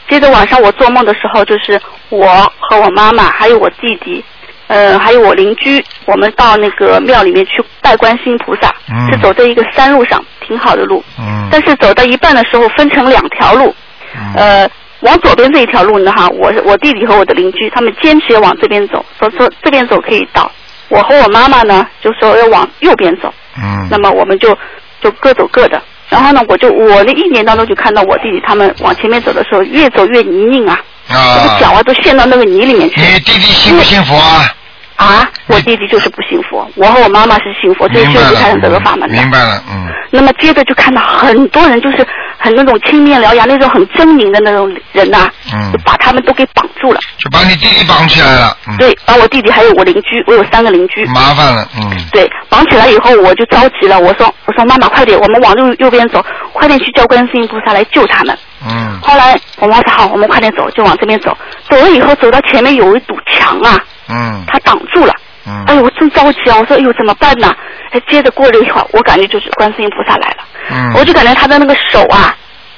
接着晚上我做梦的时候，就是我和我妈妈，还有我弟弟，呃，还有我邻居，我们到那个庙里面去拜观世音菩萨，嗯是走在一个山路上，挺好的路。嗯但是走到一半的时候，分成两条路，嗯呃，往左边这一条路呢，哈，我我弟弟和我的邻居他们坚持要往这边走，说说这边走可以到。我和我妈妈呢，就说要往右边走。嗯，那么我们就就各走各的。然后呢，我就我那一年当中就看到我弟弟他们往前面走的时候，越走越泥泞啊，我的脚啊都陷到那个泥里面去。你弟弟信不信佛啊？啊，我弟弟就是不信佛，我和我妈妈是信佛，就是明修白习台了上，这个法门的。明白了，嗯，那么接着就看到很多人就是很那种青面獠牙、那种很狰狞的那种人呐、嗯就把他们都给绑住了。就把你弟弟绑起来了，嗯，对，把我弟弟还有我邻居，我有三个邻居。麻烦了，嗯，对，绑起来以后我就着急了，我说我说妈妈快点，我们往右右边走，快点去叫观世音菩萨来救他们。嗯，后来我妈说好，我们快点走，就往这边走。走了以后，走到前面有一堵墙啊，嗯，它挡住了。嗯哎呦，我真着急啊！我说，哎呦，怎么办呢？哎，接着过了一会儿，我感觉就是观世音菩萨来了，嗯，我就感觉他的那个手啊，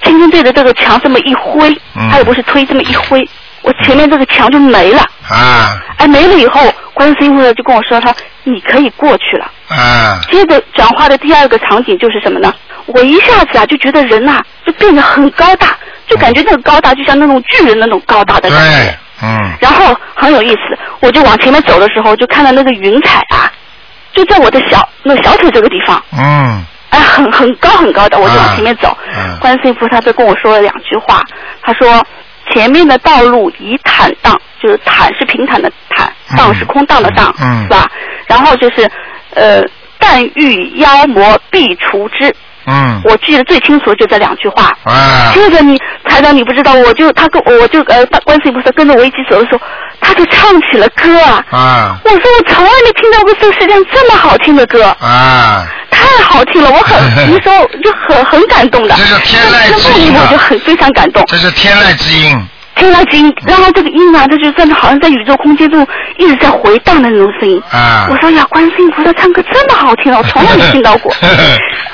轻轻对着这个墙这么一挥，嗯他也不是推，这么一挥，我前面这个墙就没了。啊哎，没了以后，观世音菩萨就跟我说，他说你可以过去了。啊，接着讲话的第二个场景就是什么呢？我一下子啊就觉得人呐、就变得很高大，就感觉那个高大就像那种巨人那种高大的感觉。对，嗯，然后很有意思，我就往前面走的时候，就看到那个云彩啊，就在我的小那小腿这个地方，嗯，哎，很很高很高的，我就往前面走。嗯，观世音菩萨就跟我说了两句话，他说前面的道路以坦荡，就是坦是平坦的坦，荡是空荡的荡，嗯是吧？然后就是呃，但遇妖魔必除之。嗯，我记得最清楚的就这两句话。啊，这个你台长你不知道，我就他跟我就呃观世音菩萨跟着我一起走的时候，他就唱起了歌啊。啊我说我从来没听到过这个世界上这么好听的歌，啊，太好听了，我 很那时候就很很感动的。这是天籁那之那一音幕啊我就很非常感动。这是天籁之音，听到这音，然后这个音啊，这就真的好像在宇宙空间中一直在回荡的那种声音。啊我，说呀，观世音菩萨唱歌这么好 听啊，我从来没听到过。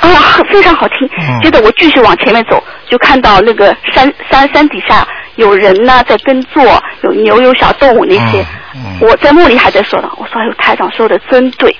啊，非常好听嗯。接着我继续往前面走，就看到那个山山山底下有人呐、在耕作，有牛有小动物那些。嗯，我在梦里还在说呢，我说哎呦，台长说的真对，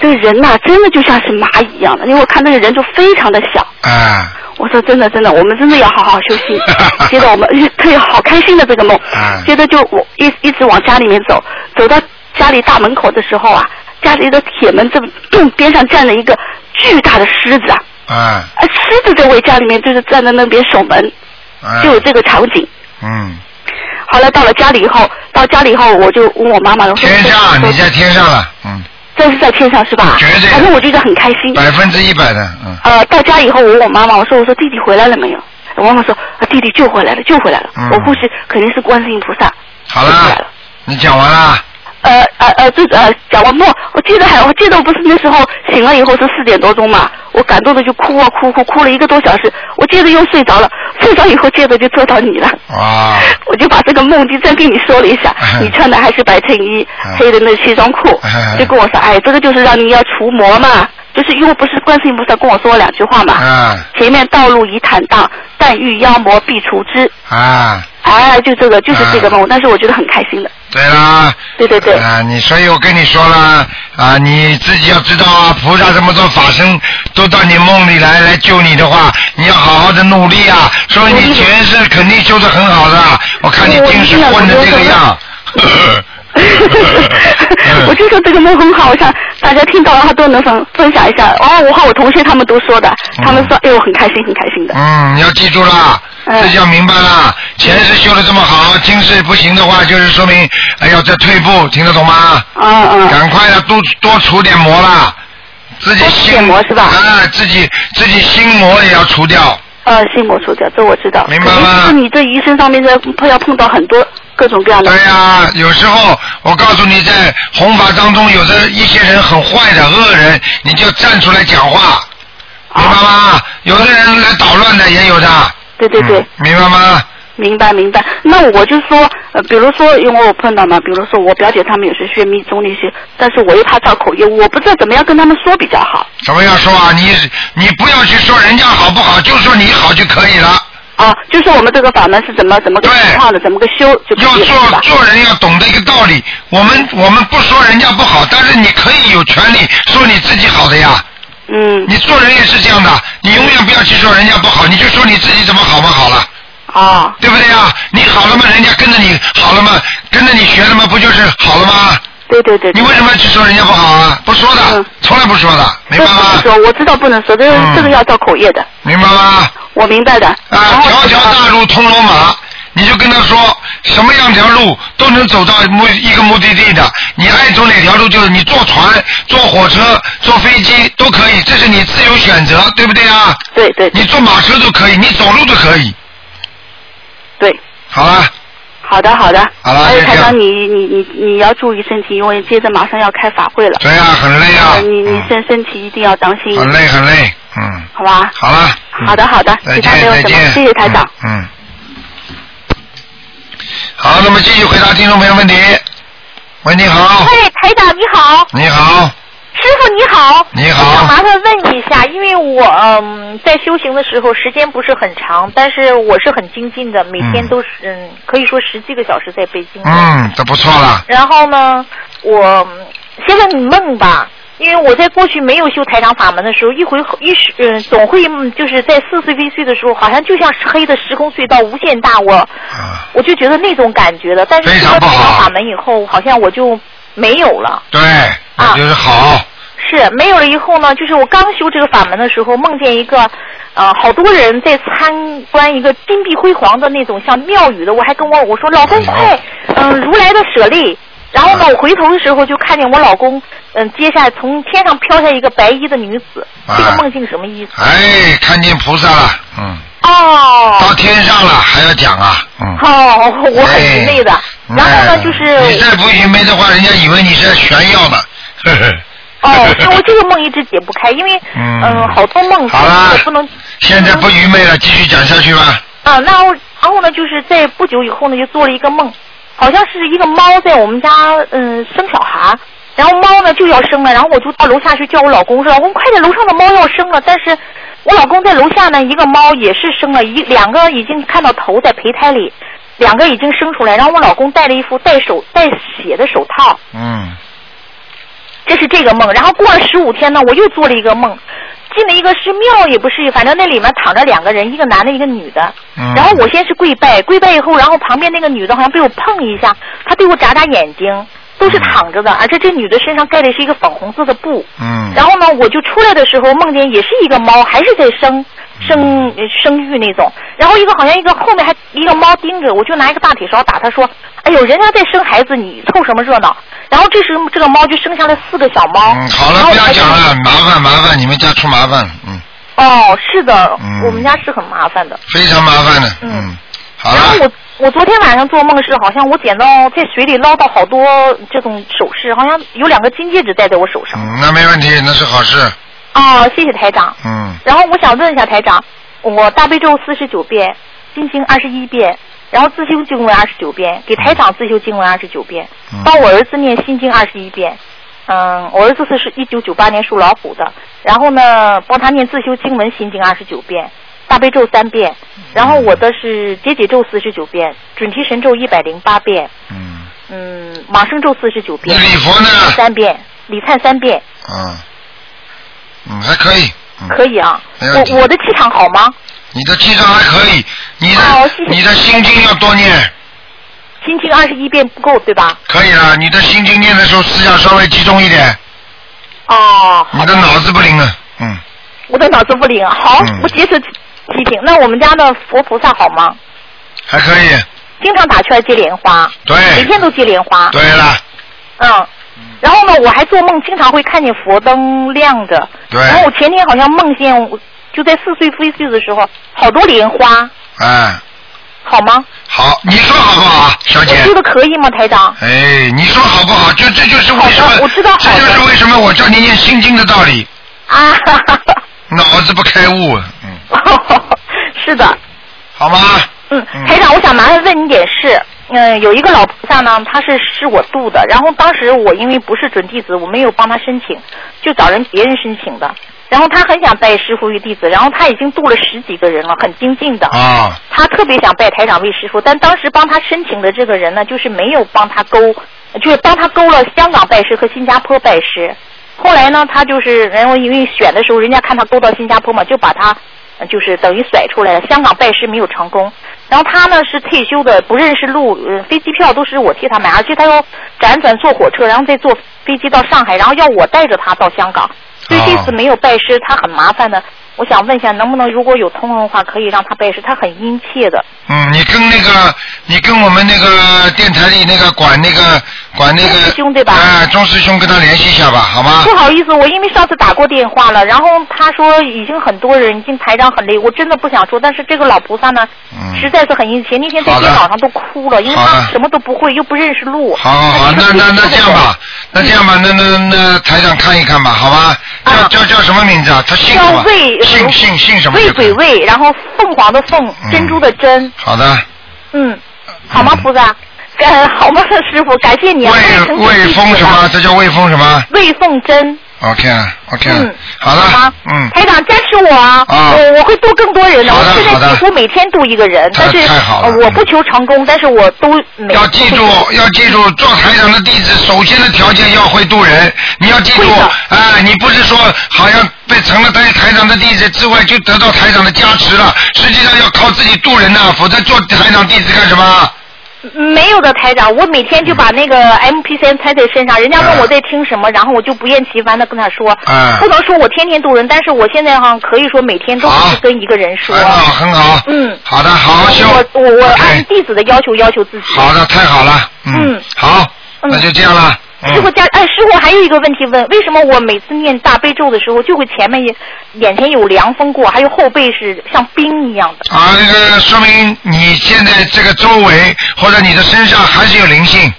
这个人呐、真的就像是蚂蚁一样的，因为我看那个人就非常的小。啊，我说真的真的，我们真的要好好 休息。接着我们特别好开心的这个梦嗯，接着就我一一直往家里面走，走到家里大门口的时候啊，家里的铁门这 么边上站着一个巨大的狮子啊，啊，啊，狮子在我家里面就是站在那边守门，啊就有这个场景。嗯，后来到了家里以后，到家里以后我就问我妈妈，我说天上这你在天上了，嗯，这是在天上是吧？绝对的反正我觉得很开心。百分之一百的，嗯呃，到家以后，我问我妈妈，我说我说弟弟回来了没有？我妈妈说啊，弟弟救回来了，救回来了。嗯我估计肯定是观世音菩萨好救回来了了，。你讲完了，呃呃呃，这呃讲完梦，我记得还我记得我不是那时候醒了以后是四点多钟嘛，我感动的就哭啊哭哭哭了一个多小时，我接着又睡着了，睡着以后接着就做到你了。哇，，我就把这个梦境再跟你说了一下你穿的还是白衬衣嗯，，黑的那西装裤就跟我说，哎，这个就是让你要除魔嘛，就是因为不是观世音菩萨跟我说了两句话嘛，啊前面道路已坦荡，但遇妖魔必除之。啊，哎，就这个，就是这个梦，但是我觉得很开心的。对啦，对对对， 啊，你所以我跟你说了啊，你自己要知道啊，菩萨这么多法身都到你梦里来来救你的话，你要好好的努力啊。所以你前世肯定修的很好的，我看你今世混的这个样。 我就说这个梦很好，我想大家听到的话都能分分享一下。哦，我和我同学他们都说的，他们说，哎呦，很开心，很开心的。嗯嗯，你要记住啦，嗯这就要明白啦。前世修的这么好，今世不行的话，就是说明哎要再退步，听得懂吗？嗯嗯，赶快的多多除点魔啦，自己多除心点魔是吧啊，自己自己心魔也要除掉。呃，心魔除掉，这我知道。明白吗就是你这一生上面的碰要碰到很多各种各样的对。呀、有时候我告诉你，在弘法当中，有的一些人很坏的恶人，你就站出来讲话，明啊白吗？有的人来捣乱的也有的。对对对嗯，明白吗？明白明白，那我就说，呃，比如说，因为我碰到嘛，比如说我表姐她们也是学密宗那些，但是我又怕造口业，我不知道怎么样跟他们说比较好怎么样说啊？你你不要去说人家好不好，就说你好就可以了。啊。就说我们这个法门是怎么怎么个对情况的，怎么个修就可要以了，是做吧？做人要懂得一个道理，我们我们不说人家不好，但是你可以有权利说你自己好的呀。嗯，你做人也是这样的，你永远不要去说人家不好，你就说你自己怎么好嘛好了，啊，对不对呀？你好了吗？人家跟着你好了吗？跟着你学了吗？不就是好了吗？对对对你对。为什么要去说人家不好啊？不说的嗯，从来不说的，明这白不能吗？说，我知道不能说，这个、嗯这个要造口业的，明白吗？我明白的。然啊，后条条大路通罗马，你就跟他说什么样条路都能走到目一个目的地的，你爱走哪条路就是你坐船、坐火车、坐飞机都可以，这是你自由选择，对不对啊？对对。你坐马车都可以，你走路都可以。对。好了，好的，好的。好了还有就这台样长，你你你你要注意身体，因为接着马上要开法会了。对呀、很累啊呃，你你身身体一定要当心。很累很累，嗯，好吧。好了。嗯好的，好的，再其见他没有再什么见，，谢谢台长。嗯。嗯好，那么继续回答听众朋友问题。喂，你好，哎，台长你好，你好，师傅你好。你好我想麻烦问一下，因为我嗯在修行的时候时间不是很长，但是我是很精进的，每天都是嗯可以说十几个小时在北京。嗯，这不错了，然后呢，我先问你梦吧，因为我在过去没有修台长法门的时候，一回一时嗯总会嗯就是在似睡非睡的时候，好像就像是黑的时空隧道无限大，我啊我就觉得那种感觉的。但是修了台长法门以后，好像我就没有了。对，啊那就是好，是没有了以后呢，就是我刚修这个法门的时候，梦见一个，呃，好多人在参观一个金碧辉煌的那种像庙宇的，我还跟我我说老公哎快，嗯、如来的舍利。然后呢，我回头的时候就看见我老公，嗯，接下来从天上飘下一个白衣的女子，这个梦境什么意思？哎，看见菩萨了，嗯，哦，到天上了还要讲啊，嗯，哦，我很哎愚昧的。然后呢，就是你再不愚昧的话，人家以为你是炫耀呢，呵呵。 哦，是我这个梦一直解不开，因为嗯嗯、好多梦好啦我不能现在不愚昧了，继续讲下去吧。啊，那我然后呢，就是在不久以后呢，就做了一个梦，好像是一个猫在我们家嗯生小孩儿，然后猫呢就要生了，然后我就到楼下去叫我老公说，老公快点，楼上的猫要生了，但是我老公在楼下呢，一个猫也是生了一两个已经看到头在胚胎里，两个已经生出来，然后我老公戴了一副带手带血的手套，嗯，这是这个梦。然后过了十五天呢，我又做了一个梦，进了一个是庙，也不是，反正那里面躺着两个人，一个男的，一个女的。嗯然后我先是跪拜，跪拜以后，然后旁边那个女的好像被我碰一下，她对我眨眨眼睛，都是躺着的，而且这女的身上盖的是一个粉红色的布。嗯然后呢，我就出来的时候梦见也是一个猫，还是在嗯生生呃生育那种。然后一个好像一个后面还一个猫盯着，我就拿一个大铁勺打它，说：“哎呦，人家在生孩子，你凑什么热闹？”然后这时候这个猫就生下了四个小猫。嗯，好了，不要讲了，麻烦麻烦，你们家出麻烦了，嗯，哦，是的，嗯我们家是很麻烦的。非常麻烦的，嗯，好然后了，我我昨天晚上做梦是，好像我捡到在水里捞到好多这种首饰，好像有两个金戒指戴在我手上。嗯那没问题，那是好事，哦，谢谢台长。嗯，然后我想问一下台长，我大悲咒四十九遍，心经二十一遍，然后自修经文二十九遍，给台长自修经文二十九遍，嗯帮我儿子念心经二十一遍。嗯，我儿子是一九九八年属老虎的，然后呢，帮他念自修经文心经二十九遍，大悲咒三遍，然后我的是解姐咒四十九遍，准提神咒一百零八遍，嗯，往生咒四十九遍，礼佛呢三遍，礼忏三遍，嗯，嗯，还可以，嗯，可以啊。没问题我我的气场好吗？你的气场还可以，你哦的你的心经要多念，心经二十一遍不够对吧？可以了，你的心经念的时候思想稍微集中一点，哦，你的脑子不灵了，嗯，我的脑子不灵。好，嗯我接受提醒。那我们家的佛菩萨好吗？还可以，经常打圈接莲花，对每天都接莲花。哎对了，嗯。然后呢，我还做梦，经常会看见佛灯亮着。对然后我前天好像梦见，我就在似睡非睡的时候，好多莲花，哎，好吗？好，你说好不好，小我姐？修的可以吗，台长？哎，你说好不好？就这就是为什么，我知道好这的就是为什么我叫你念心经的道理，啊， 哈哈脑子不开悟，嗯，是的。好吗？嗯，台长，我想麻烦问你点事。嗯，有一个老菩萨呢，他是是我度的，然后当时我因为不是准弟子，我没有帮他申请，就找人别人申请的。然后他很想拜师傅为弟子，然后他已经度了十几个人了，很精进的。啊，他特别想拜台长为师傅，但当时帮他申请的这个人呢，就是没有帮他勾，就是帮他勾了香港拜师和新加坡拜师。后来呢，他就是然后因为选的时候，人家看他勾到新加坡嘛，就把他呃就是等于甩出来了。香港拜师没有成功，然后他呢是退休的，不认识路，呃飞机票都是我替他买，而且他要辗转坐火车，然后再坐飞机到上海，然后要我带着他到香港。所以这次没有拜师，他很麻烦的。我想问一下，能不能如果有通通的话，可以让他拜师？他很殷切的。嗯，你跟那个，你跟我们那个电台里那个管那个管那个师兄对吧？啊、钟师兄跟他联系一下吧，好吗？不好意思，我因为上次打过电话了，然后他说已经很多人，已经台长很累，我真的不想说，但是这个老菩萨呢，实在是很殷切，那天在好的电脑上都哭了，因为嗯好他的什么都不会，又不认识路。好好好，那那那这样吧，那这样吧，那那那台长看一看吧，好吧？叫叫叫什么名字啊？他姓什叫么？魏姓姓姓什么魏就可以？嗯鬼魏，然后凤凰的凤，珍珠的珍，好的，嗯，好吗，菩萨？ 感好吗，师傅？感谢你啊！魏魏峰什么？这叫魏峰什么魏凤珍， ？OK 啊 OK 啊嗯，好好了吗，嗯，台长加持我啊！啊我我会度更多人的。我现好的在几乎每天度一个人，但是太好了嗯呃我不求成功，但是我都每要记住要记住，做台长的弟子，首先的条件要会度人，你要记住啊，你不是说好像被成了台台长的弟子之外就得到台长的加持了，实际上要靠自己度人呐、否则做台长弟子干什么啊？没有的台长，我每天就嗯把那个 M P 三猜在身上，人家问我在听什么，然后我就不厌其烦的跟他说，嗯不能说我天天度人，但是我现在哈可以说每天都是跟一个人说，很好，哎很好。嗯，好的，好好修。我我哎我按弟子的要求要求自己。好的，太好了。嗯，好，那就这样了。师傅嗯，家，哎，师傅还有一个问题问，为什么我每次念大悲咒的时候，就会前面也眼前有凉风过，还有后背是像冰一样的？啊，那个说明你现在这个周围或者你的身上还是有灵性。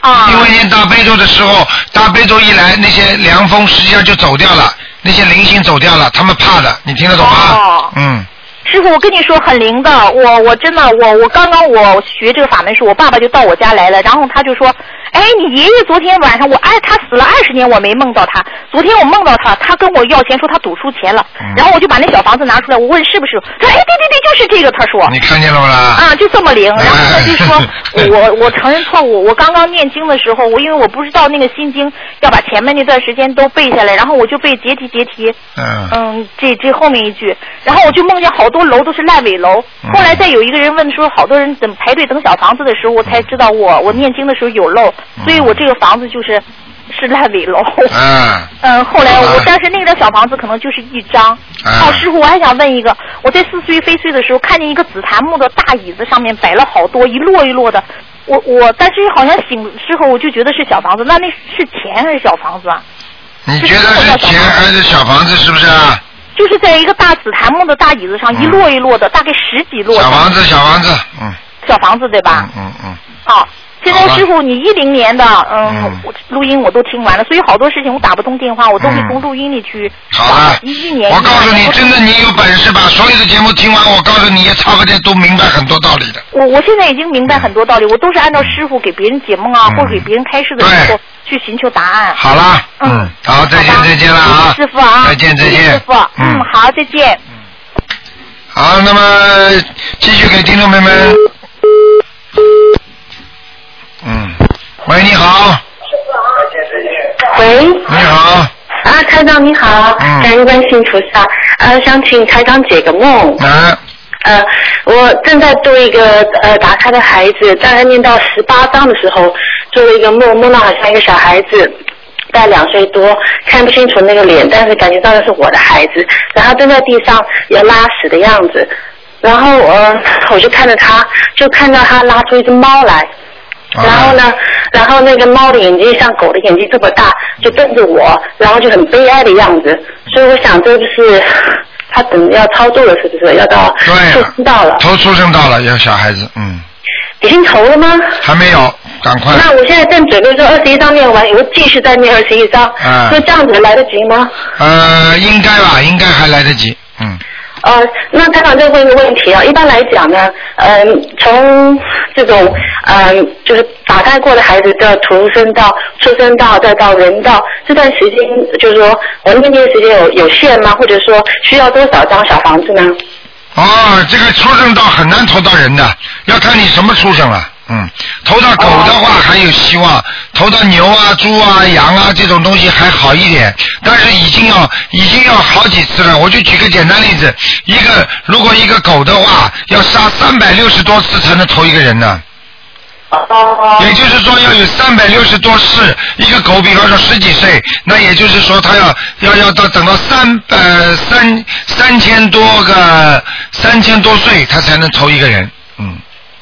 啊。因为念大悲咒的时候，大悲咒一来，那些凉风实际上就走掉了，那些灵性走掉了，他们怕的，你听得懂哦吗？嗯，师傅，我跟你说很灵的，我我真的我我刚刚我学这个法门时，我爸爸就到我家来了，然后他就说，哎，你爷爷昨天晚上我爱他死了二十年，我没梦到他，昨天我梦到他，他跟我要钱说他赌输钱了，嗯然后我就把那小房子拿出来，我问是不是，他说哎对对对就是这个，他说，你看见了不啦？啊，就哎这么灵。然后他就说，我我承认错误，我刚刚念经的时候，我因为我不知道那个心经要把前面那段时间都背下来，然后我就背结题结题，嗯嗯，这这后面一句，然后我就梦见好多楼都是烂尾楼。后来再有一个人问说，好多人怎么排队等小房子的时候，我才知道我我念经的时候有漏，所以我这个房子就是是烂尾楼。嗯， 嗯，后来好我吧但是那个小房子可能就是一张。啊哦，师傅，我还想问一个，我在似睡非睡的时候，看见一个紫檀木的大椅子上面摆了好多一摞一摞的，我我但是好像醒之后我就觉得是小房子，那那是钱还是小房子啊？你觉得是钱还是小房子？是不是啊？就是在一个大紫檀木的大椅子上一摞一摞的，大概十几摞。嗯小房子，小房子，嗯小房子对吧？嗯嗯。好，现好在吧师傅，你一零年的，嗯，我录音我都听完了，所以好多事情我打不通电话，我都会从录音里去找。一一年，嗯我告诉你，真的，你有本事把所有的节目听完，我告诉你，也差不多都明白很多道理的。我我现在已经明白很多道理，我都是按照师傅给别人解梦嗯啊，或者给别人开示的时候去寻求答案。好啦，嗯，好，再见，再见了啊，谢谢师傅啊，再见，再谢谢师见傅，，嗯，好，再见。好，那么继续给听众朋友们，嗯，喂，你好，喂，你好，啊，台长你好，嗯感恩观世音菩萨，呃，想请台长解个梦。啊。呃，我正在做一个呃打开的孩子，大概念到十八章的时候，做了一个梦，梦到好像一个小孩子。大概两岁多，看不清楚那个脸，但是感觉到那是我的孩子，然后蹲在地上要拉屎的样子，然后呃，我就看着他，就看到他拉出一只猫来，啊然后呢，然后那个猫的眼睛像狗的眼睛这么大，就瞪着我，然后就很悲哀的样子。所以我想，这就是他等要操作了，是不是？要到就知道了，头出生到了，有小孩子，嗯，已经投了吗？还没有，赶快，那我现在正准备说二十一章念完，我继续再念二十一章，嗯就这样子来得及吗？呃，应该吧，应该还来得及，嗯，呃，那台长再问一个问题啊，一般来讲呢，嗯、从这种嗯、就是打胎过的孩子的出生到出生到再到人道这段时间，就是说我们念经的时间有有限吗？或者说需要多少张小房子呢？哦，这个畜生道很难投到人的，要看你什么畜生了。嗯，投到狗的话还有希望，投到牛啊、猪啊、羊啊这种东西还好一点，但是已经要已经要好几次了。我就举个简单例子，一个如果一个狗的话，要杀三百六十多次才能投一个人呢。嗯也就是说要有三百六十多世，一个狗，比方说十几岁，那也就是说它要要要到等到三呃三三千多个三千多岁，它才能投一个人。嗯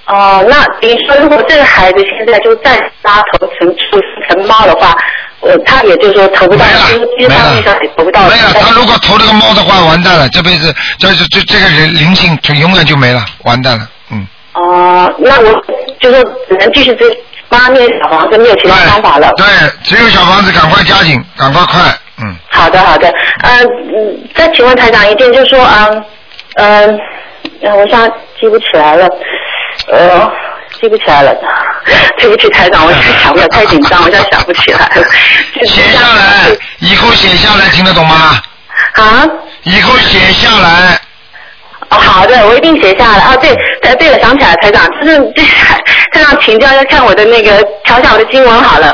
哦，那比如说，如果这个孩子现在就暂时拉头成畜成猫的话，呃，他也就是说投不到，就是这个方面上也投不到。没有，他如果投了个猫的话，完蛋了，这辈子这这这这个人灵性就永远就没了，完蛋了，嗯。哦，那我就是只能继续这帮他念小房子，没有其他方法了。对，只有小房子赶快加紧，赶快快，嗯。好的，好的。呃，嗯再请问台长一件，就是说啊，嗯、呃，我现在记不起来了，呃，记不起来了， 对不起台长，我现在想不起来，太紧张，我现在想不起来了。写下来，以后写下来，听得懂吗？啊？以后写下来。哦，好的，我一定写下来。哦，对，对，对了，想起来了，台长，就是 对，台长请教一下，看我的那个，瞧瞧我的经文好了。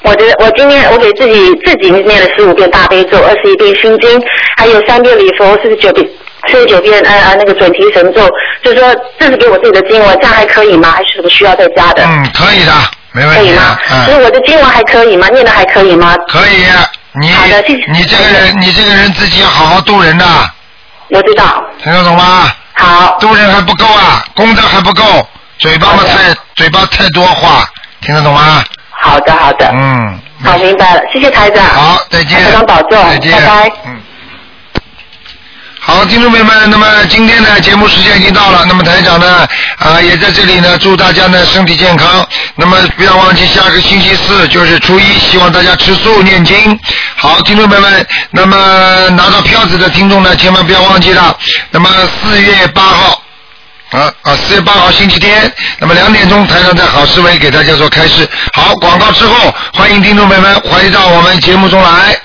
我的，我今天我给自己自己念了十五遍大悲咒，二十一遍心经，还有三遍礼佛，四十九遍。四十九遍，呃呃，那个准提神咒，就说这是给我自己的经文，这样还可以吗？还是什么需要再加的？嗯，可以的，没问可以题吗的，？就是嗯。我的经文还可以吗？念的还可以吗？可以，你你这个人，你这个人自己要好好度人的。我知道。听得懂吗？好。度人还不够啊，功德还不够，嘴巴嘛太嘴巴太多话，听得懂吗？好的，好的。嗯。好，明白了，谢谢台长。好，再见。台长保重，再见。嗯拜拜。好，听众朋友们，那么今天呢，节目时间已经到了，那么台长呢，啊、也在这里呢，祝大家呢身体健康。那么不要忘记下个星期四就是初一，希望大家吃素念经。好，听众朋友们，那么拿到票子的听众呢，千万不要忘记了。那么四月八号。啊啊！四月八号星期天，那么两点钟，台上在好思维给大家做开示。好，广告之后，欢迎听众朋友们回到我们节目中来。